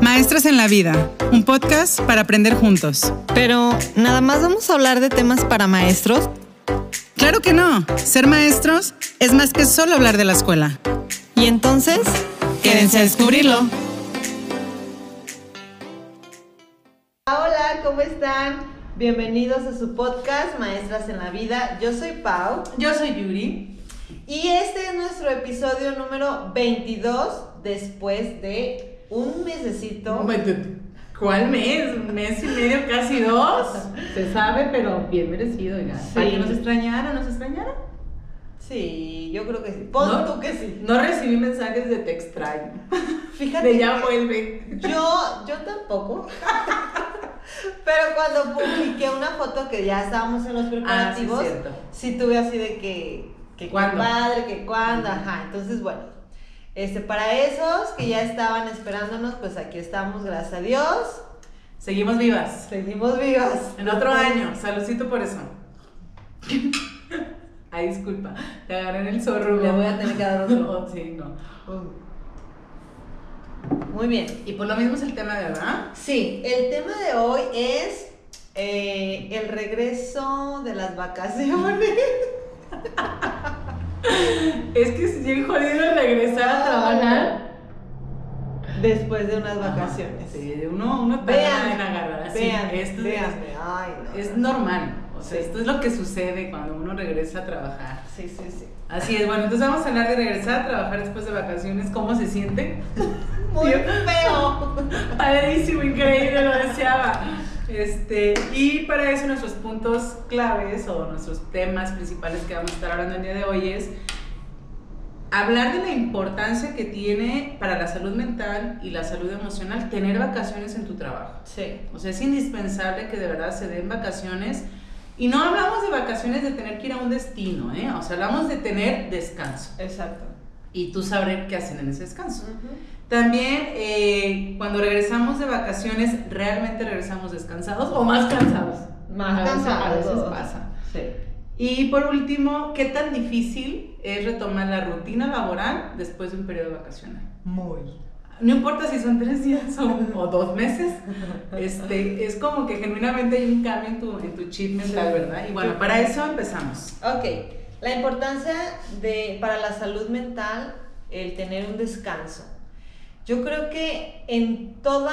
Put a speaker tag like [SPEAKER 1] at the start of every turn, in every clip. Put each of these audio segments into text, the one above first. [SPEAKER 1] Maestras en la Vida, un podcast para aprender juntos.
[SPEAKER 2] Pero, ¿nada más vamos a hablar de temas para maestros?
[SPEAKER 1] Claro que no, ser maestros es más que solo hablar de la escuela.
[SPEAKER 2] Y entonces,
[SPEAKER 1] Quédense a descubrirlo.
[SPEAKER 3] Ah, Hola, ¿cómo están? Bienvenidos a su podcast Maestras en la Vida. Yo soy Pau
[SPEAKER 4] Yo soy Yuri.
[SPEAKER 3] y este es nuestro episodio número 22 después de un mesecito.
[SPEAKER 4] ¿Cuál mes? ¿Un mes y medio? ¿Casi dos? Se sabe, pero bien merecido, oiga. ¿Para
[SPEAKER 3] Sí.
[SPEAKER 4] que nos extrañaran? ¿Nos extrañaron?
[SPEAKER 3] Sí, yo creo que sí. Pon
[SPEAKER 4] ¿No?
[SPEAKER 3] tú que sí.
[SPEAKER 4] No recibí mensajes de te extraño.
[SPEAKER 3] Fíjate,
[SPEAKER 4] De ya vuelve.
[SPEAKER 3] yo, yo tampoco. Pero cuando publiqué una foto que ya estábamos
[SPEAKER 4] Ah,
[SPEAKER 3] en los preparativos,
[SPEAKER 4] cierto.
[SPEAKER 3] sí tuve así de que, que qué
[SPEAKER 4] ¿Cuándo?
[SPEAKER 3] padre, que cuándo, ajá. Entonces, bueno, este, para esos que ya estaban esperándonos, pues aquí estamos, gracias a Dios.
[SPEAKER 4] Seguimos vivas.
[SPEAKER 3] Seguimos vivas.
[SPEAKER 4] En otro año. Saludcito por eso. Ay, disculpa. Te agarré en el zorro.
[SPEAKER 3] Le voy a tener que dar otro.
[SPEAKER 4] sí, no.
[SPEAKER 3] Muy bien.
[SPEAKER 4] Y por lo mismo es el tema, ¿verdad?
[SPEAKER 3] Sí, el tema de hoy es eh, el regreso de las vacaciones.
[SPEAKER 4] Es que es bien jodido regresar a trabajar.
[SPEAKER 3] Después de unas vacaciones.
[SPEAKER 4] Sí, uno, uno tarda en agarrar así.
[SPEAKER 3] vean,
[SPEAKER 4] Esto Ah, es-
[SPEAKER 3] vean. Ay, no.
[SPEAKER 4] Es normal, o sea,
[SPEAKER 3] Sí.
[SPEAKER 4] esto es lo que sucede cuando uno regresa a trabajar.
[SPEAKER 3] Sí, sí, sí.
[SPEAKER 4] Así es, bueno, entonces vamos a hablar de regresar a trabajar después de vacaciones, cómo se siente.
[SPEAKER 3] Muy
[SPEAKER 4] Yo-
[SPEAKER 3] feo.
[SPEAKER 4] Padrísimo, increíble, lo deseaba. Este, y para eso nuestros puntos claves o nuestros temas principales que vamos a estar hablando el día de hoy es hablar de la importancia que tiene para la salud mental y la salud emocional tener vacaciones en tu trabajo.
[SPEAKER 3] Sí.
[SPEAKER 4] O sea, es indispensable que de verdad se den vacaciones. Y no hablamos de vacaciones de tener que ir a un destino, ¿eh? O sea, hablamos de tener descanso.
[SPEAKER 3] Exacto.
[SPEAKER 4] Y tú sabrás qué hacen en ese descanso. También, eh, cuando regresamos de vacaciones, ¿realmente regresamos descansados o más cansados? A
[SPEAKER 3] Más
[SPEAKER 4] veces- A
[SPEAKER 3] cansados.
[SPEAKER 4] veces pasa.
[SPEAKER 3] Sí.
[SPEAKER 4] Y por último, ¿qué tan difícil es retomar la rutina laboral después de un periodo vacacional?
[SPEAKER 3] Muy.
[SPEAKER 4] No importa si son tres días o, o dos meses, este, es como que genuinamente hay un cambio en tu, en tu chip mental,
[SPEAKER 3] Sí.
[SPEAKER 4] ¿verdad? Y bueno, para eso empezamos.
[SPEAKER 3] Ok, la importancia de, para la salud mental, el tener un descanso. Yo creo que en toda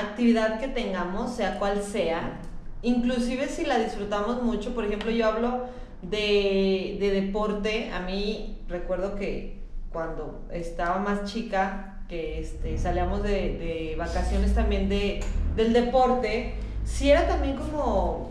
[SPEAKER 3] actividad que tengamos, sea cual sea, inclusive si la disfrutamos mucho, por ejemplo, yo hablo de, de deporte, a mí recuerdo que cuando estaba más chica, que este, salíamos de, de vacaciones también de, del deporte, sí era también como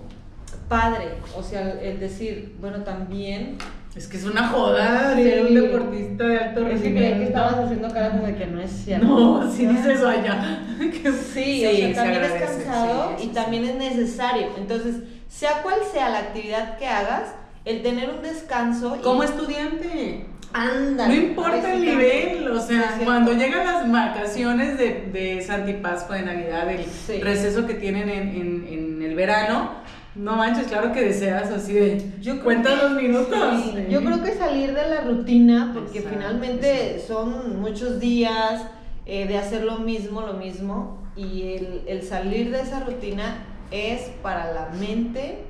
[SPEAKER 3] padre, o sea, el decir, bueno, también
[SPEAKER 4] Es que es una joda
[SPEAKER 3] Sí.
[SPEAKER 4] ser un deportista de alto
[SPEAKER 3] es que
[SPEAKER 4] rendimiento.
[SPEAKER 3] creí que estabas haciendo cara como de que no es cierto.
[SPEAKER 4] No, si dices allá. Que-
[SPEAKER 3] Sí, o
[SPEAKER 4] se
[SPEAKER 3] sea, también es
[SPEAKER 4] agradece,
[SPEAKER 3] cansado
[SPEAKER 4] sí,
[SPEAKER 3] y
[SPEAKER 4] sí,
[SPEAKER 3] también es necesario. Entonces, sea cual sea la actividad que hagas, el tener un descanso.
[SPEAKER 4] sí.
[SPEAKER 3] y-
[SPEAKER 4] Como estudiante,
[SPEAKER 3] Anda.
[SPEAKER 4] no importa el nivel, o
[SPEAKER 3] Sí, es
[SPEAKER 4] sea,
[SPEAKER 3] cierto.
[SPEAKER 4] cuando llegan las vacaciones de, de Santi Pascua, de Navidad, del
[SPEAKER 3] Sí.
[SPEAKER 4] receso que tienen en, en- en el verano, no manches, claro que deseas así de,
[SPEAKER 3] Yo creo
[SPEAKER 4] cuentas
[SPEAKER 3] que-
[SPEAKER 4] los minutos.
[SPEAKER 3] sí, Yo creo que salir de la rutina, porque
[SPEAKER 4] Exacto,
[SPEAKER 3] finalmente son muchos días eh, de hacer lo mismo, lo mismo, y el, el salir de esa rutina es para la mente,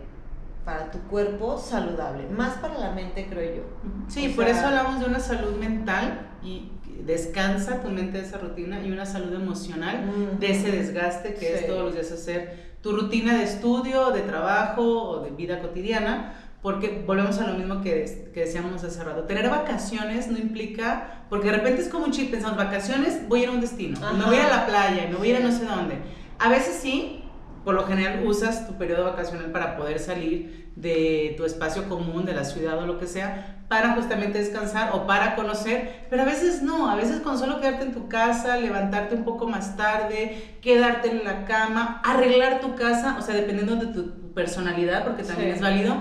[SPEAKER 3] para tu cuerpo saludable, más para la mente creo yo.
[SPEAKER 4] Sí,
[SPEAKER 3] o
[SPEAKER 4] por
[SPEAKER 3] sea-
[SPEAKER 4] eso hablamos de una salud mental y descansa tu mente de esa rutina y una salud emocional de ese desgaste que
[SPEAKER 3] Sí.
[SPEAKER 4] es todos los días hacer tu rutina de estudio, de trabajo o de vida cotidiana, porque volvemos a lo mismo que, des- que decíamos hace rato. Tener vacaciones no implica, porque de repente es como un chip, pensamos, vacaciones, voy a ir a un destino, y me voy a ir a la playa, y me voy a ir a no sé dónde. A veces sí, por lo general usas tu periodo vacacional para poder salir de tu espacio común, de la ciudad o lo que sea, para justamente descansar o para conocer, pero a veces no, a veces con solo quedarte en tu casa, levantarte un poco más tarde, quedarte en la cama, arreglar tu casa, o sea, dependiendo de tu personalidad, porque también
[SPEAKER 3] Sí.
[SPEAKER 4] es válido,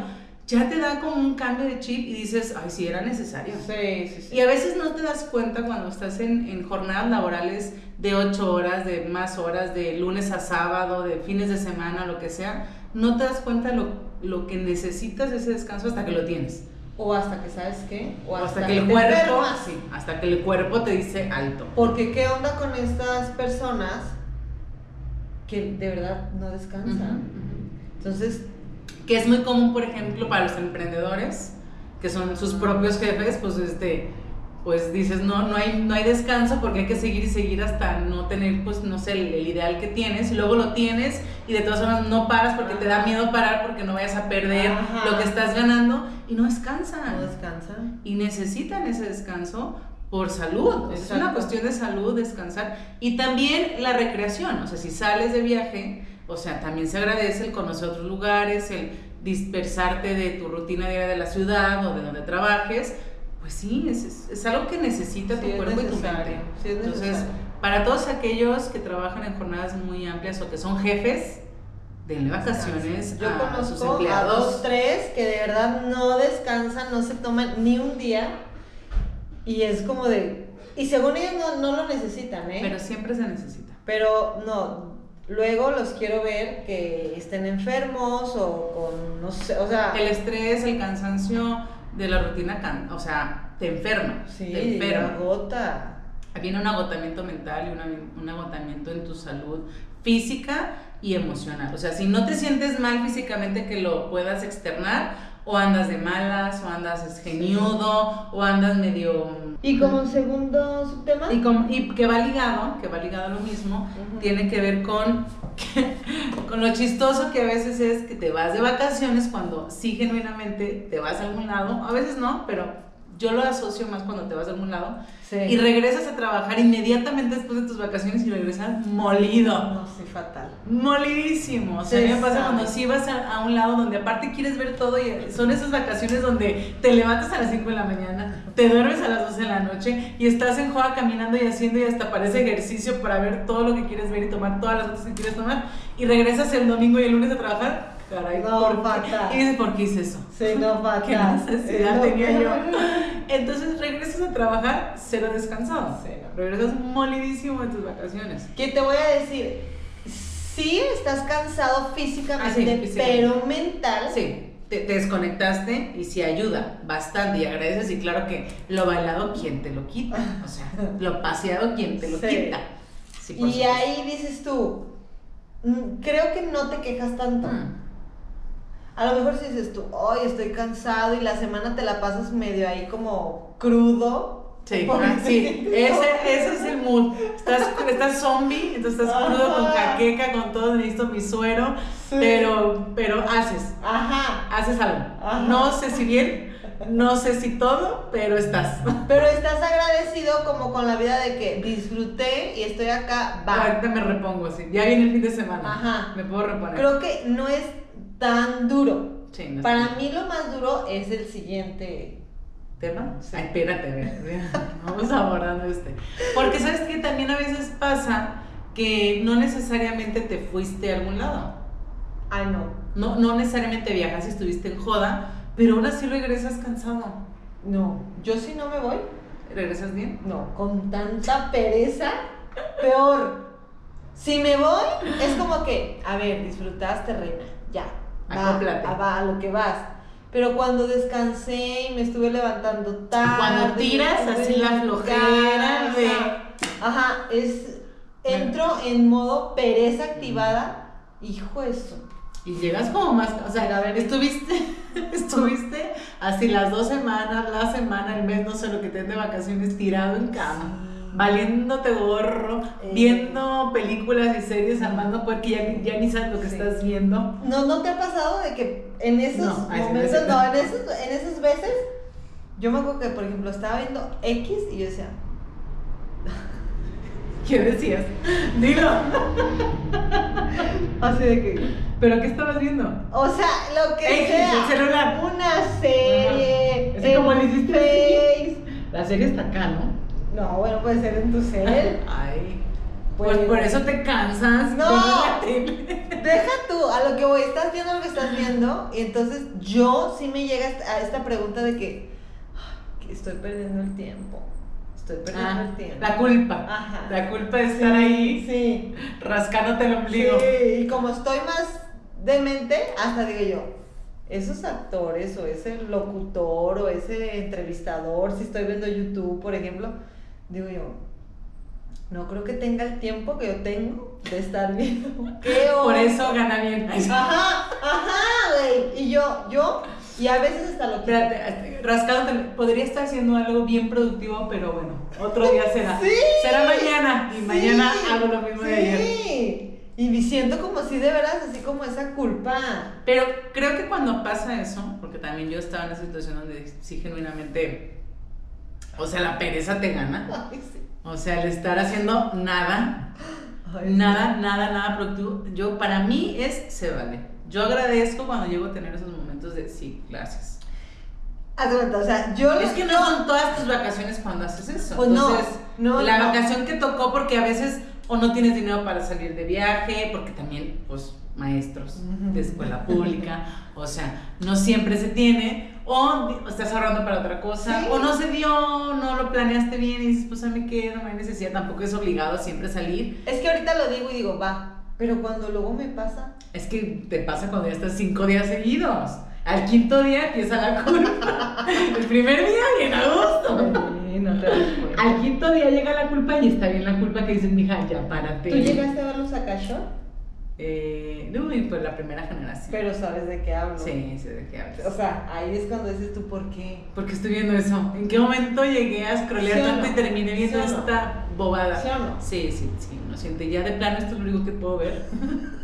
[SPEAKER 4] ya te da como un cambio de chip y dices, ay, sí era necesario.
[SPEAKER 3] Sí, sí,
[SPEAKER 4] Y a veces no te das cuenta cuando estás en, en jornadas laborales de 8 horas, de más horas, de lunes a sábado, de fines de semana, lo que sea, no te das cuenta lo, lo que necesitas de ese descanso hasta que lo tienes.
[SPEAKER 3] O hasta que, ¿sabes qué? O
[SPEAKER 4] O hasta,
[SPEAKER 3] hasta,
[SPEAKER 4] que el
[SPEAKER 3] te
[SPEAKER 4] cuerpo,
[SPEAKER 3] enfermas.
[SPEAKER 4] sí, hasta que el cuerpo te dice alto.
[SPEAKER 3] Porque qué onda con estas personas que de verdad no descansan. Entonces,
[SPEAKER 4] Que es muy común, por ejemplo, para los emprendedores, que son sus propios jefes, pues este pues dices, no, no hay, no hay descanso porque hay que seguir y seguir hasta no tener, pues, no sé, el, el ideal que tienes, y luego lo tienes y de todas formas no paras porque te da miedo parar porque no vayas a perder
[SPEAKER 3] Ajá.
[SPEAKER 4] lo que estás ganando y no descansan
[SPEAKER 3] no descansan.
[SPEAKER 4] y necesitan ese descanso por salud. O sea, es una
[SPEAKER 3] Exacto.
[SPEAKER 4] cuestión de salud descansar. Y también la recreación. O sea, si sales de viaje, o sea, también se agradece el conocer otros lugares, el dispersarte de tu rutina diaria de la ciudad o de donde trabajes. Pues sí, es, es- es algo que necesita
[SPEAKER 3] Sí,
[SPEAKER 4] tu
[SPEAKER 3] es
[SPEAKER 4] cuerpo y tu
[SPEAKER 3] necesario,
[SPEAKER 4] mente.
[SPEAKER 3] sí, es
[SPEAKER 4] Entonces,
[SPEAKER 3] necesario.
[SPEAKER 4] para todos aquellos que trabajan en jornadas muy amplias o que son jefes, denle vacaciones
[SPEAKER 3] Yo
[SPEAKER 4] a sus
[SPEAKER 3] conozco a
[SPEAKER 4] empleados.
[SPEAKER 3] dos, tres que de verdad no descansan, no se toman ni un día. Y es como de. Y según ellos no, no lo necesitan, ¿eh?
[SPEAKER 4] pero siempre se necesita.
[SPEAKER 3] Pero no, luego los quiero ver que estén enfermos o con, no sé, o sea,
[SPEAKER 4] El estrés, el cansancio de la rutina, can- o sea, te enferma. te
[SPEAKER 3] sí,
[SPEAKER 4] enferma.
[SPEAKER 3] agota.
[SPEAKER 4] Viene un agotamiento mental y una- un agotamiento en tu salud física y emocional. O sea, si no te sientes mal físicamente que lo puedas externar, o andas de malas, o andas esgeñudo, o andas medio... mm,
[SPEAKER 3] Y como segundo subtema,
[SPEAKER 4] Y, com- y que va ligado, que va ligado a lo mismo,
[SPEAKER 3] Ujú.
[SPEAKER 4] tiene que ver con, con lo chistoso que a veces es que te vas de vacaciones cuando sí genuinamente te vas a algún lado, a veces no, pero yo lo asocio más cuando te vas a algún lado
[SPEAKER 3] sí.
[SPEAKER 4] y regresas a trabajar inmediatamente después de tus vacaciones y regresas molido.
[SPEAKER 3] no, sí, fatal.
[SPEAKER 4] Molidísimo. O sea, a mí me pasa cuando sí vas a, a un lado donde aparte quieres ver todo y son esas vacaciones donde te levantas a las 5 de la mañana, te duermes a las 12 de la noche y estás en joda caminando y haciendo y hasta parece ejercicio para ver todo lo que quieres ver y tomar todas las cosas que quieres tomar y regresas el domingo y el lunes a trabajar. Caray, ¿por
[SPEAKER 3] No,
[SPEAKER 4] qué?
[SPEAKER 3] fatal.
[SPEAKER 4] Y dices, ¿por qué hice eso?
[SPEAKER 3] Sí, no, fatal.
[SPEAKER 4] ¿Qué necesidad
[SPEAKER 3] Es lo
[SPEAKER 4] tenía yo?
[SPEAKER 3] peor.
[SPEAKER 4] Entonces regresas a trabajar cero descansado. Regresas molidísimo de tus vacaciones.
[SPEAKER 3] Que te voy a decir, sí estás cansado físicamente,
[SPEAKER 4] Ah, sí, físicamente.
[SPEAKER 3] pero mental.
[SPEAKER 4] Sí, te, te desconectaste y sí ayuda bastante y agradeces y claro que lo bailado quien te lo quita, o sea, lo paseado quien te lo
[SPEAKER 3] Sí.
[SPEAKER 4] quita. Sí, por
[SPEAKER 3] Y
[SPEAKER 4] supuesto.
[SPEAKER 3] ahí dices tú, "Mm, creo que no te quejas tanto.
[SPEAKER 4] Mm,
[SPEAKER 3] A lo mejor si dices tú, hoy estoy cansado y la semana te la pasas medio ahí como crudo.
[SPEAKER 4] Sí,
[SPEAKER 3] Porque-
[SPEAKER 4] ah, sí, ese, ese es el mood. Estás, estás zombie, entonces estás crudo con
[SPEAKER 3] Ajá.
[SPEAKER 4] jaqueca, con todo, necesito mi suero,
[SPEAKER 3] Sí.
[SPEAKER 4] pero, pero haces,
[SPEAKER 3] Ajá.
[SPEAKER 4] haces algo.
[SPEAKER 3] Ajá.
[SPEAKER 4] No sé si bien, no sé si todo, pero estás.
[SPEAKER 3] Pero estás agradecido como con la vida de que disfruté y estoy acá, va.
[SPEAKER 4] Ahorita me repongo, así. Ya viene el fin de semana.
[SPEAKER 3] Ajá.
[SPEAKER 4] Me puedo reponer.
[SPEAKER 3] Creo que no es tan duro.
[SPEAKER 4] Sí, no está
[SPEAKER 3] Para
[SPEAKER 4] bien.
[SPEAKER 3] mí lo más duro es el siguiente.
[SPEAKER 4] tema. Ay, espérate, a ver, vamos abordando este. Porque sabes que también a veces pasa que no necesariamente te fuiste a algún lado.
[SPEAKER 3] Ay, no.
[SPEAKER 4] No, no necesariamente viajas y estuviste en joda, pero ahora sí regresas cansado.
[SPEAKER 3] No. Yo si no me voy,
[SPEAKER 4] ¿Regresas bien?
[SPEAKER 3] no. Con tanta pereza, peor. Si me voy, es como que, a ver, disfrutaste, reina. Ya. Va,
[SPEAKER 4] Acóplate.
[SPEAKER 3] a, va a lo que vas. Pero cuando descansé y me estuve levantando tarde.
[SPEAKER 4] Cuando tiras así la flojera de-
[SPEAKER 3] Ajá. Ajá, es. Entro en modo pereza activada. Hijo eso.
[SPEAKER 4] Y llegas como más, o sea,
[SPEAKER 3] A ver.
[SPEAKER 4] estuviste, estuviste así las dos semanas, la semana, el mes, no sé lo que tenés de vacaciones, tirado en cama,
[SPEAKER 3] Sí.
[SPEAKER 4] valiéndote gorro,
[SPEAKER 3] Eh.
[SPEAKER 4] viendo películas y series, armando porque ya, ni- ya ni sabes lo que
[SPEAKER 3] Sí.
[SPEAKER 4] estás viendo.
[SPEAKER 3] ¿No, ¿No te ha pasado de que en esos
[SPEAKER 4] No, ay, sí,
[SPEAKER 3] momentos,
[SPEAKER 4] sí.
[SPEAKER 3] no, en, esos, en esas veces, yo me acuerdo que, por ejemplo, estaba viendo X y yo decía,
[SPEAKER 4] ¿Qué decías? Dilo.
[SPEAKER 3] así de que,
[SPEAKER 4] ¿Pero qué estabas viendo?
[SPEAKER 3] o sea, lo que
[SPEAKER 4] X, el
[SPEAKER 3] sea,
[SPEAKER 4] celular.
[SPEAKER 3] una serie,
[SPEAKER 4] Ajá. Es que como le hiciste así.
[SPEAKER 3] Face.
[SPEAKER 4] La serie está acá, ¿no?
[SPEAKER 3] No, bueno, puede ser en tu cel.
[SPEAKER 4] Ay. Pues,
[SPEAKER 3] Pues-
[SPEAKER 4] por eso te cansas.
[SPEAKER 3] No.
[SPEAKER 4] de ver la tele.
[SPEAKER 3] Deja tú, a lo que voy, estás viendo lo que estás viendo, y entonces yo sí me llega a esta pregunta de que, "Ay, que estoy perdiendo el tiempo, estoy perdiendo
[SPEAKER 4] Ah,
[SPEAKER 3] el tiempo.
[SPEAKER 4] la culpa.
[SPEAKER 3] Ajá.
[SPEAKER 4] La culpa de estar ahí
[SPEAKER 3] Sí.
[SPEAKER 4] rascándote el
[SPEAKER 3] Sí,
[SPEAKER 4] ombligo.
[SPEAKER 3] y como estoy más demente, hasta digo yo, esos actores o ese locutor o ese entrevistador, si estoy viendo YouTube, por ejemplo, digo yo, no creo que tenga el tiempo que yo tengo de estar viendo qué
[SPEAKER 4] Por
[SPEAKER 3] hora.
[SPEAKER 4] eso gana bien. Ay, sí.
[SPEAKER 3] Ajá, ajá, güey. Y yo, yo, y a veces hasta lo que.
[SPEAKER 4] Espérate, este, rascándote, podría estar haciendo algo bien productivo, pero bueno, otro día será.
[SPEAKER 3] Sí.
[SPEAKER 4] Será mañana y mañana
[SPEAKER 3] Sí,
[SPEAKER 4] hago lo mismo de
[SPEAKER 3] sí.
[SPEAKER 4] ayer.
[SPEAKER 3] Y me siento como si de veras, así como esa culpa.
[SPEAKER 4] Pero creo que cuando pasa eso, porque también yo estaba en una situación donde sí genuinamente, o sea, la pereza te gana.
[SPEAKER 3] Ay, sí.
[SPEAKER 4] O sea, el estar haciendo nada,
[SPEAKER 3] Ay,
[SPEAKER 4] nada, nada, nada productivo, yo para mí es se vale. Yo agradezco cuando llego a tener esos momentos de sí, gracias.
[SPEAKER 3] Haz de cuenta, o sea, yo
[SPEAKER 4] Es que no son todas tus vacaciones cuando haces eso.
[SPEAKER 3] Pues no,
[SPEAKER 4] Entonces,
[SPEAKER 3] no,
[SPEAKER 4] la
[SPEAKER 3] no.
[SPEAKER 4] vacación que tocó porque a veces o no tienes dinero para salir de viaje, porque también, pues, maestros
[SPEAKER 3] Ujú.
[SPEAKER 4] de escuela pública, o sea, no siempre se tiene, o di- o estás ahorrando para otra cosa,
[SPEAKER 3] Sí.
[SPEAKER 4] o no se dio, no lo planeaste bien y dices, pues, ¿sabes qué? No hay necesidad, tampoco es obligado siempre salir.
[SPEAKER 3] Es que ahorita lo digo y digo, va. Pero cuando luego me pasa.
[SPEAKER 4] Es que te pasa cuando ya estás cinco días seguidos. Al quinto día empieza la culpa. El primer día bien a gusto.
[SPEAKER 3] no te das cuenta.
[SPEAKER 4] Al quinto día llega la culpa y está bien la culpa que dices, mija, ya párate.
[SPEAKER 3] ¿Tú llegaste a verlos a Cacho?
[SPEAKER 4] Eh, no, y pues la primera generación.
[SPEAKER 3] Pero sabes de qué hablo.
[SPEAKER 4] Sí, sé de qué
[SPEAKER 3] O
[SPEAKER 4] hablas.
[SPEAKER 3] sea, ahí es cuando dices tú, ¿por qué?
[SPEAKER 4] Porque estoy viendo eso. ¿En qué momento llegué a scrollear
[SPEAKER 3] ¿Sí o
[SPEAKER 4] tanto
[SPEAKER 3] no?
[SPEAKER 4] y terminé viendo
[SPEAKER 3] ¿Sí o no?
[SPEAKER 4] esta bobada?
[SPEAKER 3] ¿Sí o no?
[SPEAKER 4] Sí, sí, sí. No siento. Ya de plano esto es lo único que puedo ver.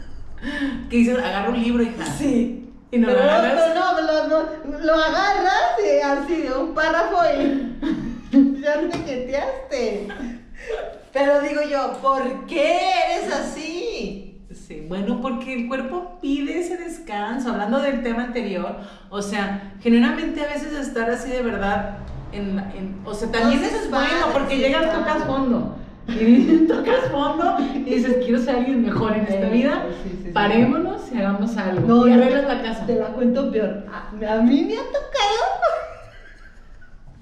[SPEAKER 4] que dices, agarra un libro, hija.
[SPEAKER 3] Sí.
[SPEAKER 4] Y no lo
[SPEAKER 3] Pero
[SPEAKER 4] agarras.
[SPEAKER 3] no, no, no, lo agarras y así de un párrafo y ya te queteaste. Pero digo yo, ¿por qué eres así?
[SPEAKER 4] Sí, bueno, porque el cuerpo pide ese descanso, hablando del tema anterior, o sea, genuinamente a veces estar así de verdad, en, la- en- o sea, también
[SPEAKER 3] No, sí
[SPEAKER 4] eso es
[SPEAKER 3] es
[SPEAKER 4] bueno,
[SPEAKER 3] padre,
[SPEAKER 4] porque
[SPEAKER 3] sí
[SPEAKER 4] llegas,
[SPEAKER 3] es padre.
[SPEAKER 4] tocas fondo, y tocas fondo y dices, quiero ser alguien mejor en esta
[SPEAKER 3] Sí,
[SPEAKER 4] vida,
[SPEAKER 3] sí, sí, sí.
[SPEAKER 4] parémonos y hagamos algo,
[SPEAKER 3] No,
[SPEAKER 4] y
[SPEAKER 3] no.
[SPEAKER 4] arreglas la casa.
[SPEAKER 3] Te la cuento peor. A, a mí me ha tocado.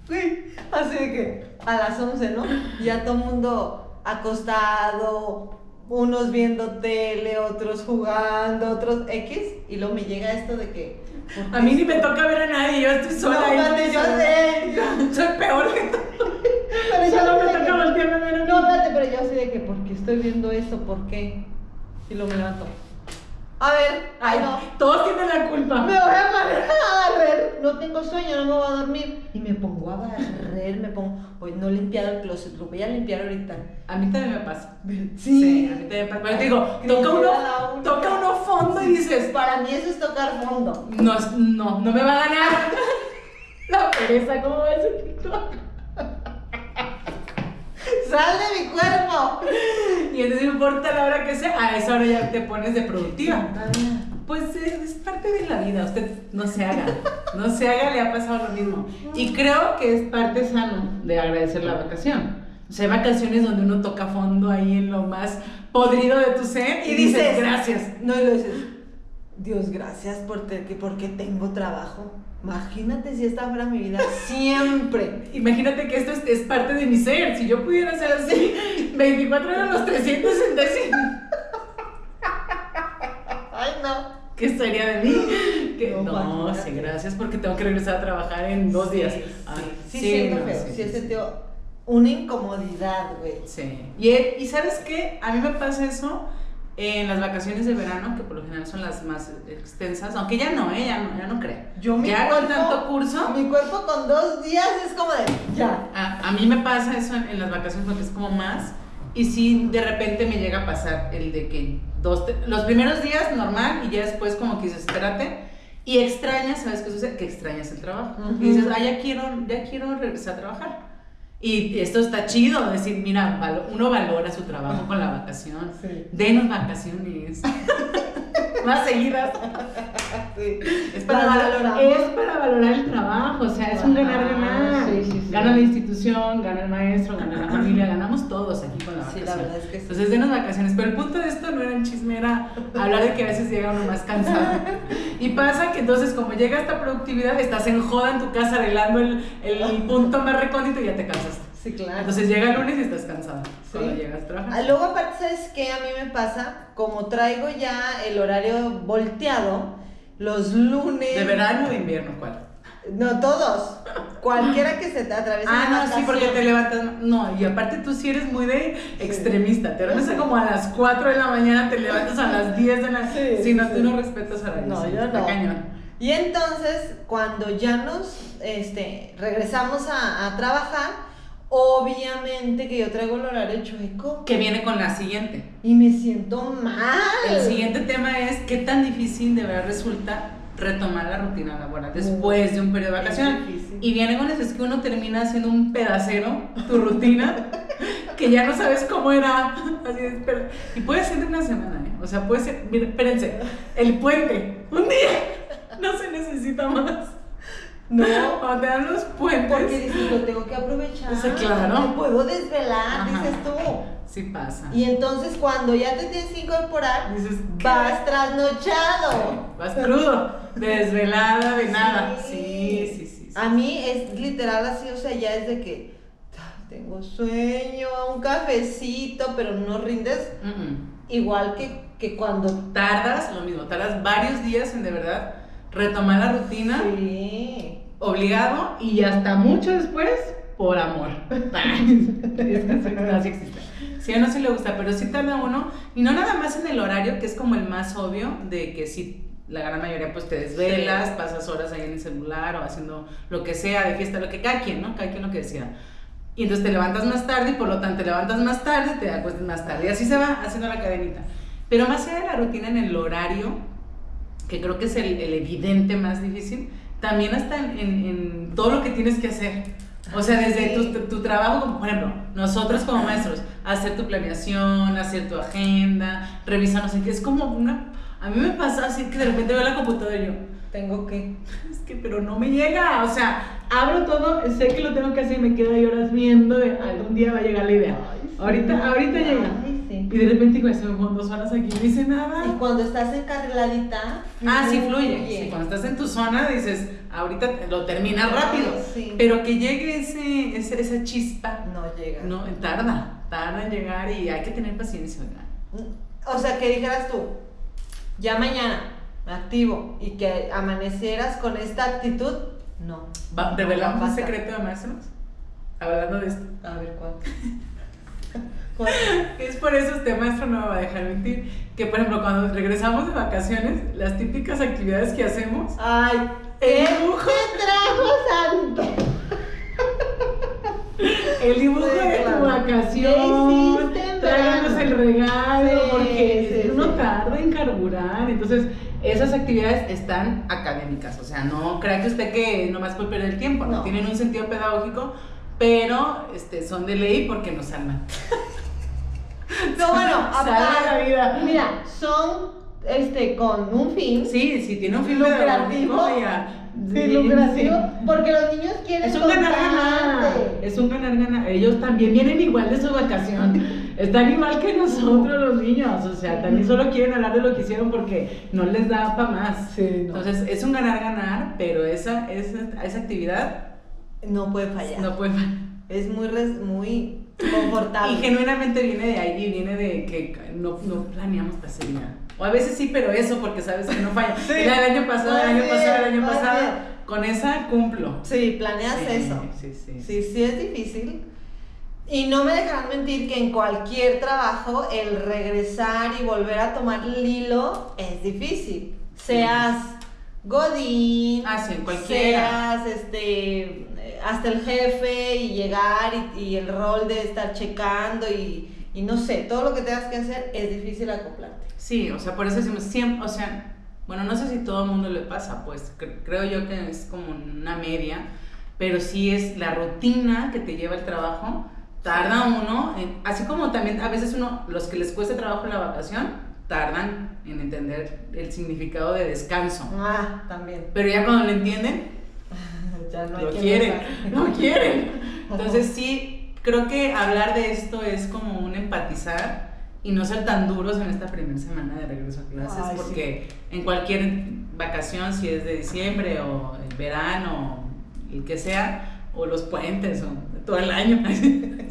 [SPEAKER 3] Güey, así de que a las 11, ¿no? Ya todo el mundo acostado, unos viendo tele, otros jugando, otros X, y luego me llega esto de que. ¿por qué
[SPEAKER 4] A mí ni me toca ver a nadie, yo estoy sola
[SPEAKER 3] No,
[SPEAKER 4] ahí,
[SPEAKER 3] espérate, yo sé.
[SPEAKER 4] soy peor que tú.
[SPEAKER 3] Pero yo
[SPEAKER 4] Solo
[SPEAKER 3] no
[SPEAKER 4] me
[SPEAKER 3] sé
[SPEAKER 4] toca
[SPEAKER 3] que-
[SPEAKER 4] voltear a ver a
[SPEAKER 3] No,
[SPEAKER 4] mí.
[SPEAKER 3] espérate, pero yo así de que, ¿por qué estoy viendo esto? ¿Por qué? Y lo me levanto. A ver, ay no.
[SPEAKER 4] Todos tienen la culpa.
[SPEAKER 3] Me voy a barrer, a barrer. No tengo sueño, no me voy a dormir. Y me pongo a barrer, me pongo. Hoy no he limpiado el closet, lo voy a limpiar ahorita.
[SPEAKER 4] A mí también me pasa.
[SPEAKER 3] Sí.
[SPEAKER 4] a mí también me pasa. Pero te digo, toca
[SPEAKER 3] Ni
[SPEAKER 4] uno,
[SPEAKER 3] siquiera la una.
[SPEAKER 4] toca uno fondo y dices,
[SPEAKER 3] Para mí eso es tocar fondo.
[SPEAKER 4] no, es- no, no me va a ganar. La pereza, ¿cómo va a ser TikTok?
[SPEAKER 3] ¡Sal de mi cuerpo!
[SPEAKER 4] Y entonces no importa la hora que sea, a esa hora ya te pones de productiva. Pues es, es parte de la vida, usted no se haga, no se haga, le ha pasado lo mismo. Y creo que es parte sano de agradecer la vacación. O sea, hay vacaciones donde uno toca fondo ahí en lo más podrido de tu ser y, dices, gracias.
[SPEAKER 3] No, y lo dices, Dios, gracias por te- que porque tengo trabajo. Imagínate si esta fuera mi vida siempre.
[SPEAKER 4] Imagínate que esto es, es parte de mi ser. Si yo pudiera ser así, 24 eran los 365.
[SPEAKER 3] Ay, no.
[SPEAKER 4] ¿Qué sería de mí? Que,
[SPEAKER 3] No,
[SPEAKER 4] no,
[SPEAKER 3] imagínate.
[SPEAKER 4] sí, gracias, porque tengo que regresar a trabajar en dos días.
[SPEAKER 3] Sí,
[SPEAKER 4] Ah,
[SPEAKER 3] sí, siento
[SPEAKER 4] no,
[SPEAKER 3] feo.
[SPEAKER 4] sí,
[SPEAKER 3] Sí, he sentido una incomodidad, güey.
[SPEAKER 4] Sí. Y, e- y ¿sabes qué? A mí me pasa eso en las vacaciones de verano, que por lo general son las más extensas, aunque ya no, ¿eh? Ya no, ya no creo.
[SPEAKER 3] Yo mi
[SPEAKER 4] ya con
[SPEAKER 3] cuerpo-
[SPEAKER 4] tanto curso.
[SPEAKER 3] Mi cuerpo con dos días es como de ya.
[SPEAKER 4] A, a mí me pasa eso en, en las vacaciones porque es como más. Y sí, de repente me llega a pasar el de que dos, te- los primeros días normal y ya después como que dices, espérate. Y extrañas, ¿sabes qué sucede? Que extrañas el trabajo.
[SPEAKER 3] Ujú.
[SPEAKER 4] Y dices, ah, ya quiero, ya quiero regresar a trabajar. Y esto está chido, decir, mira, valo- uno valora su trabajo con la vacación.
[SPEAKER 3] Sí.
[SPEAKER 4] Denos vacaciones. Más seguidas. Es para,
[SPEAKER 3] Las
[SPEAKER 4] valorar,
[SPEAKER 3] valoramos.
[SPEAKER 4] es para valorar el trabajo, o sea, es un
[SPEAKER 3] Ajá,
[SPEAKER 4] ganar-ganar.
[SPEAKER 3] Ah, sí, sí, sí.
[SPEAKER 4] Gana la institución, gana el maestro, gana la familia, ganamos todos aquí con la
[SPEAKER 3] Sí,
[SPEAKER 4] vacación.
[SPEAKER 3] la verdad es que sí.
[SPEAKER 4] Entonces, denos vacaciones. Pero el punto de esto no era un chisme, era hablar de que a veces llega uno más cansado. Y pasa que entonces, como llega esta productividad, estás en joda en tu casa arreglando el, el punto más recóndito y ya te cansaste.
[SPEAKER 3] Sí, claro.
[SPEAKER 4] Entonces, llega el lunes y estás cansado.
[SPEAKER 3] Sí.
[SPEAKER 4] Cuando llegas a
[SPEAKER 3] Ah,
[SPEAKER 4] trabajar.
[SPEAKER 3] Luego aparte, ¿sabes qué? A mí me pasa, como traigo ya el horario volteado, los lunes...
[SPEAKER 4] ¿De verano o de invierno cuál?
[SPEAKER 3] No, todos. Cualquiera que se te atraviese.
[SPEAKER 4] Ah,
[SPEAKER 3] una
[SPEAKER 4] no, sí,
[SPEAKER 3] vacación.
[SPEAKER 4] porque te levantas. No, y aparte tú sí eres muy de extremista. Te levantas como a las 4 de la mañana, te levantas a las 10 de la.
[SPEAKER 3] Sí,
[SPEAKER 4] si no,
[SPEAKER 3] sí.
[SPEAKER 4] tú no respetas horarios.
[SPEAKER 3] No,
[SPEAKER 4] sí,
[SPEAKER 3] yo
[SPEAKER 4] está
[SPEAKER 3] no.
[SPEAKER 4] cañón.
[SPEAKER 3] Y entonces, cuando ya nos este, regresamos a, a trabajar, obviamente que yo traigo el horario chueco
[SPEAKER 4] Que viene con la siguiente.
[SPEAKER 3] y me siento mal.
[SPEAKER 4] El siguiente tema es qué tan difícil de verdad resulta retomar la rutina laboral después de un periodo de
[SPEAKER 3] Es
[SPEAKER 4] vacaciones.
[SPEAKER 3] difícil.
[SPEAKER 4] Y viene con eso, es que uno termina haciendo un pedacero tu rutina, que ya no sabes cómo era. Así es, pero- y puede ser de una semana, ¿eh? O sea, puede ser, miren, espérense, el puente, un día, no se necesita más.
[SPEAKER 3] No.
[SPEAKER 4] Cuando te dan los puentes,
[SPEAKER 3] Porque dices, lo tengo que aprovechar.
[SPEAKER 4] O sea, Pues, claro.
[SPEAKER 3] Me puedo desvelar,
[SPEAKER 4] Ajá.
[SPEAKER 3] dices tú.
[SPEAKER 4] sí pasa.
[SPEAKER 3] Y entonces, cuando ya te tienes que incorporar,
[SPEAKER 4] Dices, ¿qué?
[SPEAKER 3] vas trasnochado.
[SPEAKER 4] Vas crudo, de desvelada, de nada. Sí, sí, sí. sí.
[SPEAKER 3] A mí es literal así, o sea, ya es de que "Ay, tengo sueño, un cafecito, pero no rindes
[SPEAKER 4] Mm.
[SPEAKER 3] igual que, que cuando...
[SPEAKER 4] tardas lo mismo, tardas varios días en de verdad retomar la rutina
[SPEAKER 3] Sí.
[SPEAKER 4] obligado y hasta mucho después por amor. Es que sí, no, sí existe. Sí, a uno sí le gusta, pero sí tarda uno y no nada más en el horario que es como el más obvio de que sí la gran mayoría pues te desvelas, pasas horas ahí en el celular o haciendo lo que sea, de fiesta, lo que cada quien, ¿no? Cada quien lo que decía. Y entonces te levantas más tarde y por lo tanto te levantas más tarde y te acuestas más tarde. Y así se va haciendo la cadenita. Pero más allá de la rutina en el horario, que creo que es el, el evidente más difícil, también hasta en, en- en todo lo que tienes que hacer. O sea, desde
[SPEAKER 3] Sí.
[SPEAKER 4] tu, tu trabajo, como por ejemplo, nosotros como maestros, hacer tu planeación, hacer tu agenda, revisar, no sé qué, es como una... A mí me pasa así que de repente veo la computadora y yo,
[SPEAKER 3] Tengo que...
[SPEAKER 4] es que pero no me llega, o sea, abro todo, sé que lo tengo que hacer y me quedo ahí horas viendo, de, algún día va a llegar la idea. ahorita, ahorita llega.
[SPEAKER 3] Ay, sí.
[SPEAKER 4] Y de repente digo, se me fueron dos horas aquí, no hice nada.
[SPEAKER 3] Y cuando estás encarriladita...
[SPEAKER 4] Ah, sí, fluye. Sí, cuando estás en tu zona dices, ahorita te- lo terminas rápido.
[SPEAKER 3] Ay, sí.
[SPEAKER 4] Pero que llegue ese, ese- esa chispa,
[SPEAKER 3] No llega.
[SPEAKER 4] no, tarda, tarda en llegar y hay que tener paciencia, ¿verdad?
[SPEAKER 3] O sea, que dijeras tú, ya mañana me activo y que amanecieras con esta actitud, no.
[SPEAKER 4] Va- ¿Revelamos
[SPEAKER 3] No va a
[SPEAKER 4] un
[SPEAKER 3] pasar.
[SPEAKER 4] secreto de maestros? Hablando de esto.
[SPEAKER 3] A ver, ¿cuál? ¿Cuál?
[SPEAKER 4] Es por eso este maestro no me va a dejar mentir. Que por ejemplo, cuando regresamos de vacaciones, las típicas actividades que hacemos.
[SPEAKER 3] Ay,
[SPEAKER 4] El
[SPEAKER 3] ¿qué
[SPEAKER 4] dibujo.
[SPEAKER 3] te trajo santo?
[SPEAKER 4] El dibujo
[SPEAKER 3] Sí,
[SPEAKER 4] de tu
[SPEAKER 3] claro.
[SPEAKER 4] vacación,
[SPEAKER 3] ¿Qué hiciste en
[SPEAKER 4] tráiganos el
[SPEAKER 3] verano?
[SPEAKER 4] regalo,
[SPEAKER 3] Sí,
[SPEAKER 4] porque
[SPEAKER 3] sí,
[SPEAKER 4] uno
[SPEAKER 3] sí.
[SPEAKER 4] tarda en carburar. Entonces, esas actividades están académicas. O sea, no crea que usted que nomás por perder el tiempo, no,
[SPEAKER 3] No.
[SPEAKER 4] tienen un sentido pedagógico, pero este, son de ley porque nos salvan.
[SPEAKER 3] No, bueno,
[SPEAKER 4] Salva la
[SPEAKER 3] aparte,
[SPEAKER 4] vida.
[SPEAKER 3] mira, son este con un fin
[SPEAKER 4] Sí, sí, tiene un fin
[SPEAKER 3] Lucrativo.
[SPEAKER 4] pedagógico. ya.
[SPEAKER 3] de
[SPEAKER 4] Sí,
[SPEAKER 3] lucrativo,
[SPEAKER 4] sí.
[SPEAKER 3] porque los niños quieren
[SPEAKER 4] Es un ganar-ganar.
[SPEAKER 3] constante.
[SPEAKER 4] Es un ganar-ganar. Ellos también vienen igual de su vacación. Están igual que nosotros los niños. O sea, también solo quieren hablar de lo que hicieron porque no les da para más. Entonces, es un ganar-ganar, pero esa, esa, esa actividad
[SPEAKER 3] No puede fallar.
[SPEAKER 4] no puede fallar.
[SPEAKER 3] Es muy res- muy confortable.
[SPEAKER 4] Y genuinamente viene de ahí, viene de que no, no planeamos hacer nada. O a veces sí, pero eso porque sabes que no falla.
[SPEAKER 3] Sí.
[SPEAKER 4] Era el año pasado, el año
[SPEAKER 3] Así
[SPEAKER 4] pasado, el
[SPEAKER 3] es,
[SPEAKER 4] año
[SPEAKER 3] así
[SPEAKER 4] pasado.
[SPEAKER 3] es.
[SPEAKER 4] Con esa cumplo.
[SPEAKER 3] Sí, planeas
[SPEAKER 4] Sí,
[SPEAKER 3] eso.
[SPEAKER 4] Sí, sí.
[SPEAKER 3] Sí, sí es difícil. Y no me dejarán mentir que en cualquier trabajo el regresar y volver a tomar el hilo es difícil. Seas godín,
[SPEAKER 4] Ah, sí, cualquiera.
[SPEAKER 3] seas este hasta el jefe y llegar y, y el rol de estar checando y, y no sé, todo lo que tengas que hacer es difícil acoplarte.
[SPEAKER 4] Sí, o sea, por eso decimos siempre, o sea, bueno, no sé si todo el mundo le pasa, pues cre- creo yo que es como una media, pero sí es la rutina que te lleva el trabajo, tarda uno, en- así como también a veces uno, los que les cuesta trabajo la vacación, tardan en entender el significado de descanso.
[SPEAKER 3] Ah, también.
[SPEAKER 4] Pero ya cuando lo entienden,
[SPEAKER 3] Ya no hay
[SPEAKER 4] lo
[SPEAKER 3] quien
[SPEAKER 4] quieren,
[SPEAKER 3] nos saque.
[SPEAKER 4] lo quieren. Entonces sí, creo que hablar de esto es como un empatizar y no ser tan duros en esta primera semana de regreso a clases,
[SPEAKER 3] Ay, sí.
[SPEAKER 4] porque en cualquier vacación, si es de diciembre o el verano, el que sea, o los puentes, o todo el año. o el fin,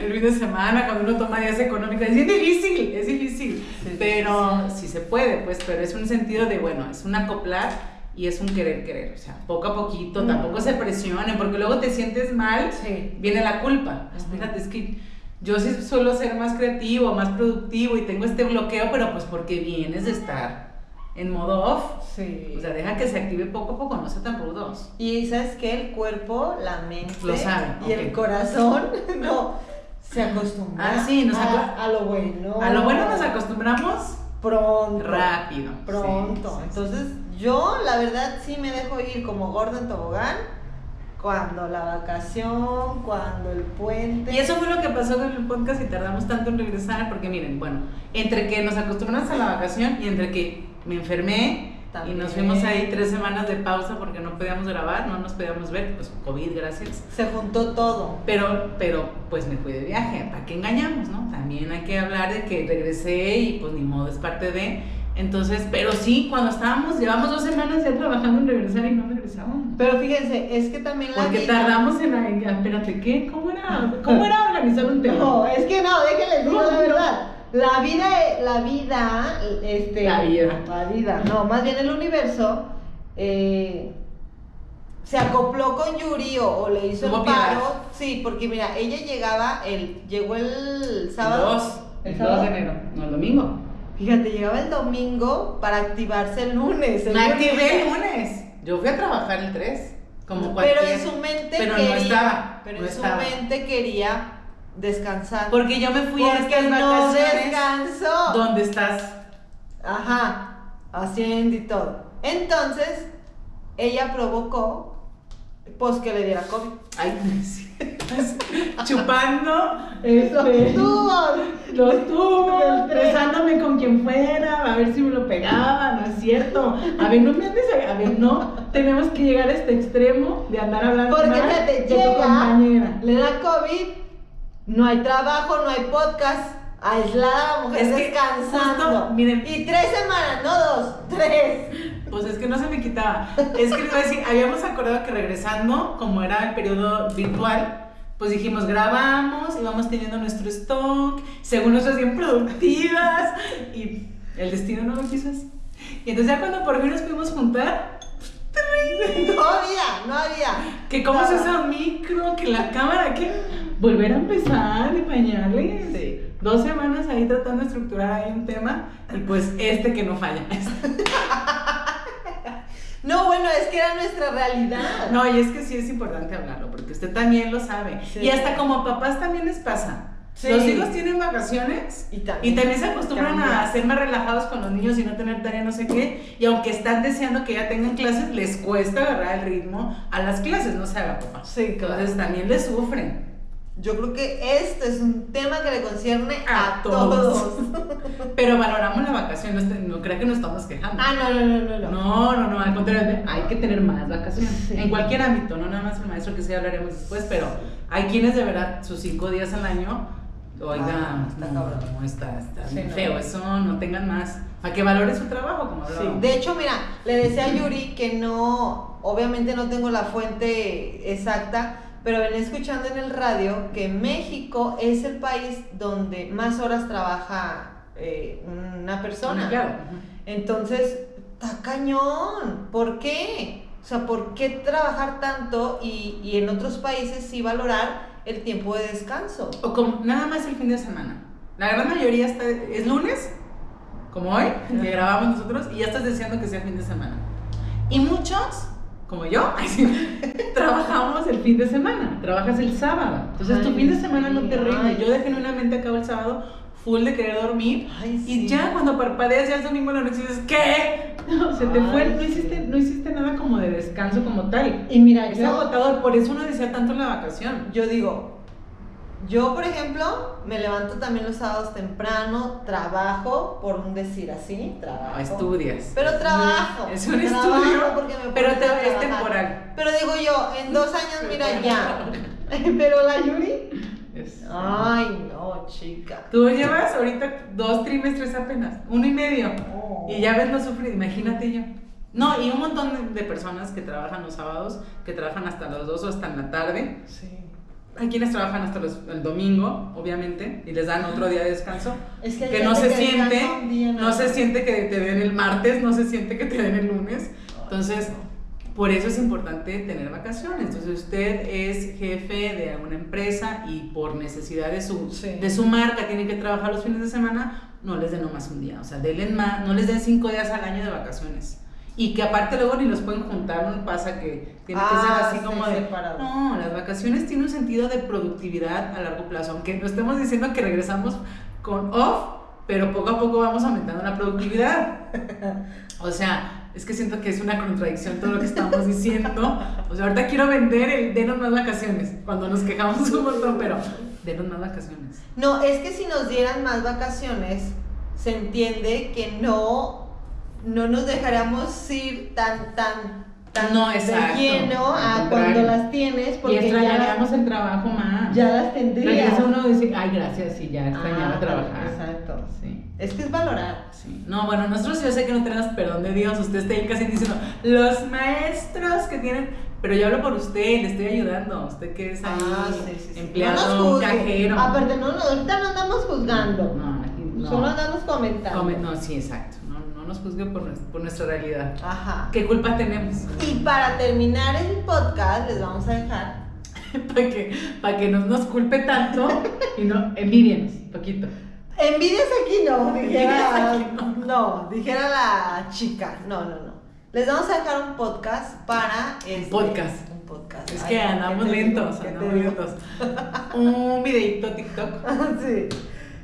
[SPEAKER 4] el fin de semana, cuando uno toma días económicos, es bien difícil, es difícil.
[SPEAKER 3] Sí.
[SPEAKER 4] pero sí se puede, pues, pero es un sentido de, bueno, es un acoplar y es un querer querer, o sea, poco a poquito, tampoco se presionen, porque luego te sientes mal,
[SPEAKER 3] Sí.
[SPEAKER 4] viene la culpa. Espérate, es que yo sí suelo ser más creativo, más productivo y tengo este bloqueo, pero pues porque vienes de estar en modo off.
[SPEAKER 3] Sí.
[SPEAKER 4] O sea, deja que se active poco a poco, no sea tan rudos.
[SPEAKER 3] Y sabes que el cuerpo, la mente
[SPEAKER 4] Lo sabe,
[SPEAKER 3] y
[SPEAKER 4] ok.
[SPEAKER 3] el corazón, no, se acostumbra
[SPEAKER 4] Ah, sí, nos acos-
[SPEAKER 3] a, a lo bueno.
[SPEAKER 4] A lo bueno nos acostumbramos
[SPEAKER 3] Pronto.
[SPEAKER 4] rápido.
[SPEAKER 3] Pronto.
[SPEAKER 4] Sí, sí, sí.
[SPEAKER 3] Entonces, yo la verdad sí me dejo ir como gordo en tobogán cuando la vacación, cuando el puente.
[SPEAKER 4] Y eso fue lo que pasó con el podcast y tardamos tanto en regresar, porque miren, bueno, entre que nos acostumbramos a la vacación y entre que me enfermé
[SPEAKER 3] También.
[SPEAKER 4] y nos fuimos ahí tres semanas de pausa porque no podíamos grabar, no nos podíamos ver, pues COVID, gracias.
[SPEAKER 3] se juntó todo.
[SPEAKER 4] Pero, pero, pues me fui de viaje, ¿para qué engañamos, no? También hay que hablar de que regresé y pues ni modo, es parte de... Entonces, pero sí, cuando estábamos, llevamos dos semanas ya trabajando en regresar y no regresamos.
[SPEAKER 3] Pero fíjense, es que también la
[SPEAKER 4] Porque
[SPEAKER 3] vida-
[SPEAKER 4] tardamos en... la- Espérate, ¿qué? ¿Cómo era? ¿Cómo era organizar un tema?
[SPEAKER 3] No, es que no, déjenles digo
[SPEAKER 4] No,
[SPEAKER 3] la
[SPEAKER 4] no.
[SPEAKER 3] verdad. La vida, la vida, este.
[SPEAKER 4] La vida.
[SPEAKER 3] La vida, no, más bien el universo. eh, se acopló con Yuri o, o le hizo
[SPEAKER 4] Tuvo
[SPEAKER 3] el
[SPEAKER 4] piedad.
[SPEAKER 3] paro. Sí, porque mira, ella llegaba el. Llegó el sábado.
[SPEAKER 4] Dos.
[SPEAKER 3] ¿El
[SPEAKER 4] El
[SPEAKER 3] sábado?
[SPEAKER 4] 2 de enero. No, el domingo.
[SPEAKER 3] Fíjate, llegaba el domingo para activarse el lunes. el
[SPEAKER 4] Me
[SPEAKER 3] lunes.
[SPEAKER 4] activé el lunes. Yo fui a trabajar el 3. Como cualquier.
[SPEAKER 3] Pero en su mente
[SPEAKER 4] Pero no
[SPEAKER 3] quería.
[SPEAKER 4] estaba,
[SPEAKER 3] pero
[SPEAKER 4] no
[SPEAKER 3] en su
[SPEAKER 4] estaba.
[SPEAKER 3] mente quería descansar.
[SPEAKER 4] Porque yo me fui a
[SPEAKER 3] Porque
[SPEAKER 4] estas
[SPEAKER 3] no
[SPEAKER 4] vacaciones.
[SPEAKER 3] descansó.
[SPEAKER 4] ¿Dónde estás?
[SPEAKER 3] Ajá, haciendo y todo. Entonces, ella provocó pues que le diera COVID.
[SPEAKER 4] Ay, sí. chupando.
[SPEAKER 3] Estuvo.
[SPEAKER 4] Lo estuvo,
[SPEAKER 3] Del tres.
[SPEAKER 4] expresándome con quien fuera, a ver si me lo pegaba, no es cierto. A ver, no me andes, a a ver, no. Tenemos que llegar a este extremo de andar hablando
[SPEAKER 3] Porque
[SPEAKER 4] mal
[SPEAKER 3] fíjate,
[SPEAKER 4] de tu
[SPEAKER 3] llega,
[SPEAKER 4] compañera.
[SPEAKER 3] le da COVID, no hay trabajo, no hay podcast, aislada la mujer
[SPEAKER 4] Es que
[SPEAKER 3] descansando.
[SPEAKER 4] justo, miren.
[SPEAKER 3] Y tres semanas, no dos, tres.
[SPEAKER 4] Pues es que no se me quitaba. Es que les voy a decir, habíamos acordado que regresando, como era el periodo virtual, pues dijimos, grabamos, íbamos teniendo nuestro stock, según nosotros bien productivas, y el destino no lo quiso así. Y entonces ya cuando por fin nos pudimos juntar,
[SPEAKER 3] No había, no había.
[SPEAKER 4] que cómo se
[SPEAKER 3] Nada.
[SPEAKER 4] usa un micro, que la cámara, que volver a empezar de pañales. Dos semanas ahí tratando de estructurar ahí un tema, y pues este que no falla.
[SPEAKER 3] No, bueno, es que era nuestra realidad.
[SPEAKER 4] No, y es que sí es importante hablarlo, porque usted también lo sabe.
[SPEAKER 3] Sí.
[SPEAKER 4] Y hasta como papás también les pasa.
[SPEAKER 3] Sí.
[SPEAKER 4] Los hijos tienen vacaciones
[SPEAKER 3] Y también-
[SPEAKER 4] se acostumbran
[SPEAKER 3] cambia.
[SPEAKER 4] a ser más relajados con los niños y no tener tarea no sé qué. Y aunque están deseando que ya tengan clases, les cuesta agarrar el ritmo a las clases, no se haga papá.
[SPEAKER 3] Sí, claro.
[SPEAKER 4] Entonces también les sufren.
[SPEAKER 3] Yo creo que este es un tema que le concierne a,
[SPEAKER 4] A
[SPEAKER 3] todos.
[SPEAKER 4] todos. Pero valoramos la vacación, no, est- no creo que nos estamos quejando.
[SPEAKER 3] Ah, no, no, no, no, no.
[SPEAKER 4] No, no, no, al contrario, hay que tener más vacaciones.
[SPEAKER 3] Sí.
[SPEAKER 4] En cualquier ámbito, no nada más el maestro que sí hablaremos después, pero hay quienes de verdad sus cinco días al año, oiga,
[SPEAKER 3] Ah, está
[SPEAKER 4] no,
[SPEAKER 3] cabrón.
[SPEAKER 4] no, está, está
[SPEAKER 3] Sí,
[SPEAKER 4] bien
[SPEAKER 3] no.
[SPEAKER 4] feo, eso no tengan más. A que valore su trabajo, como
[SPEAKER 3] Sí.
[SPEAKER 4] hablábamos.
[SPEAKER 3] De hecho, mira, le decía a Yuri que no, obviamente no tengo la fuente exacta, pero venía escuchando en el radio que México es el país donde más horas trabaja eh, una persona.
[SPEAKER 4] Bueno, claro.
[SPEAKER 3] Entonces, está cañón. ¿Por qué? O sea, ¿por qué trabajar tanto y, y en otros países sí valorar el tiempo de descanso?
[SPEAKER 4] O como, nada más el fin de semana. La gran mayoría está, es lunes, como hoy, que grabamos nosotros, y ya estás deseando que sea el fin de semana. Y muchos, como yo, trabajamos el fin de semana, trabajas el sábado. Entonces tu
[SPEAKER 3] Ay,
[SPEAKER 4] fin de semana no te
[SPEAKER 3] sí,
[SPEAKER 4] rinde.
[SPEAKER 3] ay.
[SPEAKER 4] Yo genuinamente acabo el sábado full de querer dormir.
[SPEAKER 3] Ay,
[SPEAKER 4] Y ya cuando parpadeas ya el domingo en la noche dices, ¿qué? No, se te
[SPEAKER 3] Ay,
[SPEAKER 4] fue, no
[SPEAKER 3] sí.
[SPEAKER 4] hiciste, no hiciste nada como de descanso como tal.
[SPEAKER 3] Y mira,
[SPEAKER 4] Es
[SPEAKER 3] yo-
[SPEAKER 4] agotador, por eso uno desea tanto la vacación.
[SPEAKER 3] Yo digo, yo por ejemplo, me levanto también los sábados temprano, trabajo, por un decir así, trabajo.
[SPEAKER 4] Ah, estudias.
[SPEAKER 3] Pero trabajo.
[SPEAKER 4] Es un
[SPEAKER 3] trabajo
[SPEAKER 4] estudio,
[SPEAKER 3] porque me
[SPEAKER 4] pero
[SPEAKER 3] ponen
[SPEAKER 4] te-
[SPEAKER 3] a
[SPEAKER 4] es
[SPEAKER 3] trabajar.
[SPEAKER 4] temporal.
[SPEAKER 3] Pero digo yo, en dos años, mira ya. pero la Yuri.
[SPEAKER 4] Es-
[SPEAKER 3] Ay, no, chica.
[SPEAKER 4] Tú llevas ahorita dos trimestres apenas, uno y medio.
[SPEAKER 3] No.
[SPEAKER 4] Y ya ves lo sufrido, imagínate yo. No, y un montón de, de personas que trabajan los sábados, que trabajan hasta las 2 o hasta en la tarde.
[SPEAKER 3] Sí.
[SPEAKER 4] Hay quienes trabajan hasta los- el domingo, obviamente, y les dan otro día de descanso.
[SPEAKER 3] Es que
[SPEAKER 4] que,
[SPEAKER 3] hay
[SPEAKER 4] no
[SPEAKER 3] gente
[SPEAKER 4] se
[SPEAKER 3] que descansa
[SPEAKER 4] siente,
[SPEAKER 3] un día nada
[SPEAKER 4] no se
[SPEAKER 3] más.
[SPEAKER 4] siente que te den el martes, no se siente que te den el lunes. Entonces, por eso es importante tener vacaciones. Entonces, usted es jefe de alguna empresa y por necesidad de su,
[SPEAKER 3] Sí.
[SPEAKER 4] de su marca tiene que trabajar los fines de semana, no les den nomás un día. O sea, denle más, no les den cinco días al año de vacaciones. Y que aparte luego ni los pueden juntar, no pasa que tiene que ser
[SPEAKER 3] Ah,
[SPEAKER 4] así
[SPEAKER 3] sí,
[SPEAKER 4] como de...
[SPEAKER 3] separado.
[SPEAKER 4] No, las vacaciones tienen un sentido de productividad a largo plazo, aunque no estemos diciendo que regresamos con off, pero poco a poco vamos aumentando la productividad. O sea, es que siento que es una contradicción todo lo que estamos diciendo. O sea, ahorita quiero vender el denos más vacaciones, cuando nos quejamos un montón, pero denos más vacaciones.
[SPEAKER 3] No, es que si nos dieran más vacaciones, se entiende que no, no nos dejaríamos ir tan, tan, tan
[SPEAKER 4] No,
[SPEAKER 3] de
[SPEAKER 4] exacto,
[SPEAKER 3] lleno
[SPEAKER 4] al
[SPEAKER 3] a
[SPEAKER 4] contrario.
[SPEAKER 3] cuando las tienes,
[SPEAKER 4] Y
[SPEAKER 3] porque ya,
[SPEAKER 4] extrañaríamos el trabajo más.
[SPEAKER 3] ya las tendrías.
[SPEAKER 4] Regresa uno y dice, ay, gracias, sí, ya extrañaba
[SPEAKER 3] Ah,
[SPEAKER 4] trabajar.
[SPEAKER 3] Exacto.
[SPEAKER 4] Sí.
[SPEAKER 3] Es que es valorar.
[SPEAKER 4] Sí. No, bueno, nosotros yo sé que no tenemos perdón de Dios, usted está ahí casi diciendo, los maestros que tienen, pero yo hablo por usted, le estoy ayudando, usted que es ahí
[SPEAKER 3] Ah,
[SPEAKER 4] empleado,
[SPEAKER 3] No nos juzgue.
[SPEAKER 4] cajero.
[SPEAKER 3] Aparte, no, no, ahorita no andamos juzgando.
[SPEAKER 4] No, aquí no.
[SPEAKER 3] Solo andamos comentando.
[SPEAKER 4] Come- no, sí, exacto, no, no nos juzgue por, nues- por nuestra realidad.
[SPEAKER 3] Ajá.
[SPEAKER 4] ¿Qué culpa tenemos?
[SPEAKER 3] Y para terminar el podcast, les vamos a dejar.
[SPEAKER 4] Para que, pa' que no nos culpe tanto y no envidienos, poquito.
[SPEAKER 3] Envidias aquí no, dijera.
[SPEAKER 4] Envidias aquí
[SPEAKER 3] No, dijera la chica. No, no, no. Les vamos a dejar un podcast para. este-
[SPEAKER 4] podcast.
[SPEAKER 3] Un podcast.
[SPEAKER 4] Es
[SPEAKER 3] Ay,
[SPEAKER 4] que
[SPEAKER 3] no, ¿qué
[SPEAKER 4] andamos
[SPEAKER 3] te digo?
[SPEAKER 4] lentos,
[SPEAKER 3] ¿Qué te
[SPEAKER 4] andamos
[SPEAKER 3] digo?
[SPEAKER 4] lentos. Un videito TikTok
[SPEAKER 3] sí.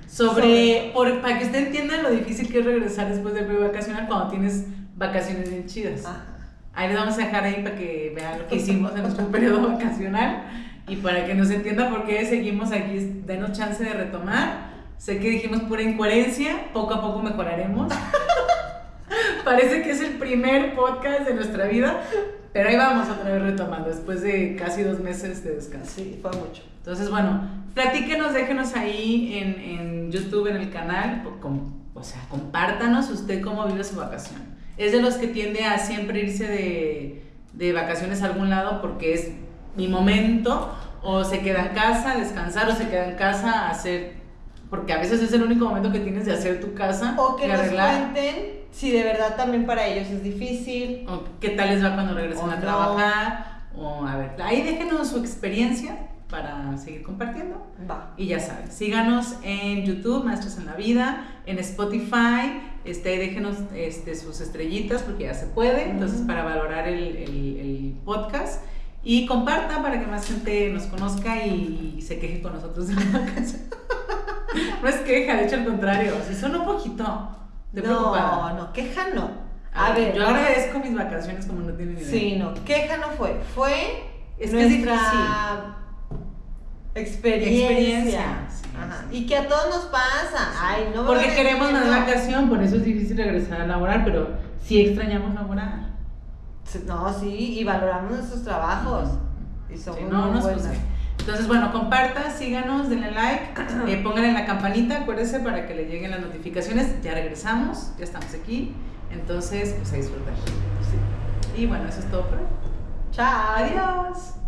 [SPEAKER 4] Sobre, por- para que usted entienda lo difícil que es regresar después del periodo vacacional cuando tienes vacaciones bien chidas.
[SPEAKER 3] Ajá.
[SPEAKER 4] Ahí les vamos a dejar ahí para que vean lo que hicimos en nuestro periodo vacacional y para que nos entienda por qué seguimos aquí, denos chance de retomar. Sé que dijimos pura incoherencia, poco a poco mejoraremos. Parece que es el primer podcast de nuestra vida, pero ahí vamos otra vez retomando después de casi dos meses de descanso.
[SPEAKER 3] Sí, fue mucho.
[SPEAKER 4] Entonces, bueno, platíquenos, déjenos ahí en, en YouTube, en el canal, o, com- o sea, compártanos usted cómo vive su vacación. Es de los que tiende a siempre irse de, de vacaciones a algún lado porque es mi momento, o se queda en casa a descansar, o se queda en casa a hacer, porque a veces es el único momento que tienes de hacer tu casa,
[SPEAKER 3] O que
[SPEAKER 4] de
[SPEAKER 3] nos
[SPEAKER 4] arreglar.
[SPEAKER 3] cuenten si de verdad también para ellos es difícil.
[SPEAKER 4] O qué tal les va cuando regresan
[SPEAKER 3] O
[SPEAKER 4] a
[SPEAKER 3] no.
[SPEAKER 4] trabajar, o a ver, ahí déjenos su experiencia para seguir compartiendo.
[SPEAKER 3] Va.
[SPEAKER 4] Y ya saben, síganos en YouTube, Maestros en la Vida, en Spotify, este, déjenos este, sus estrellitas porque ya se puede, entonces para valorar el, el- el podcast. Y comparta para que más gente nos conozca y, se queje con nosotros de la vacación. No es queja, de hecho al contrario, si son un poquito de
[SPEAKER 3] No,
[SPEAKER 4] preocupada.
[SPEAKER 3] no, queja no. A ver,
[SPEAKER 4] yo agradezco mis vacaciones como no tienen idea.
[SPEAKER 3] Sí, no, queja no fue. Fue
[SPEAKER 4] Es que es
[SPEAKER 3] nuestra experiencia.
[SPEAKER 4] Experiencia, sí,
[SPEAKER 3] Ajá.
[SPEAKER 4] sí.
[SPEAKER 3] Y que a todos nos pasa. Ay, no me
[SPEAKER 4] Porque
[SPEAKER 3] van a
[SPEAKER 4] queremos
[SPEAKER 3] decir
[SPEAKER 4] más
[SPEAKER 3] que no.
[SPEAKER 4] vacación, por eso es difícil regresar a laborar, pero sí extrañamos laborar.
[SPEAKER 3] Sí, No, sí, y valoramos nuestros trabajos. Y somos
[SPEAKER 4] Sí, no,
[SPEAKER 3] muy
[SPEAKER 4] nos
[SPEAKER 3] buenas.
[SPEAKER 4] juzguen. Entonces, bueno, compartan, síganos, denle like, eh, pongan en la campanita, acuérdense para que le lleguen las notificaciones. Ya regresamos, ya estamos aquí. Entonces, pues a disfrutar. Y bueno, eso es todo por hoy.
[SPEAKER 3] Chao, adiós.
[SPEAKER 4] Adiós.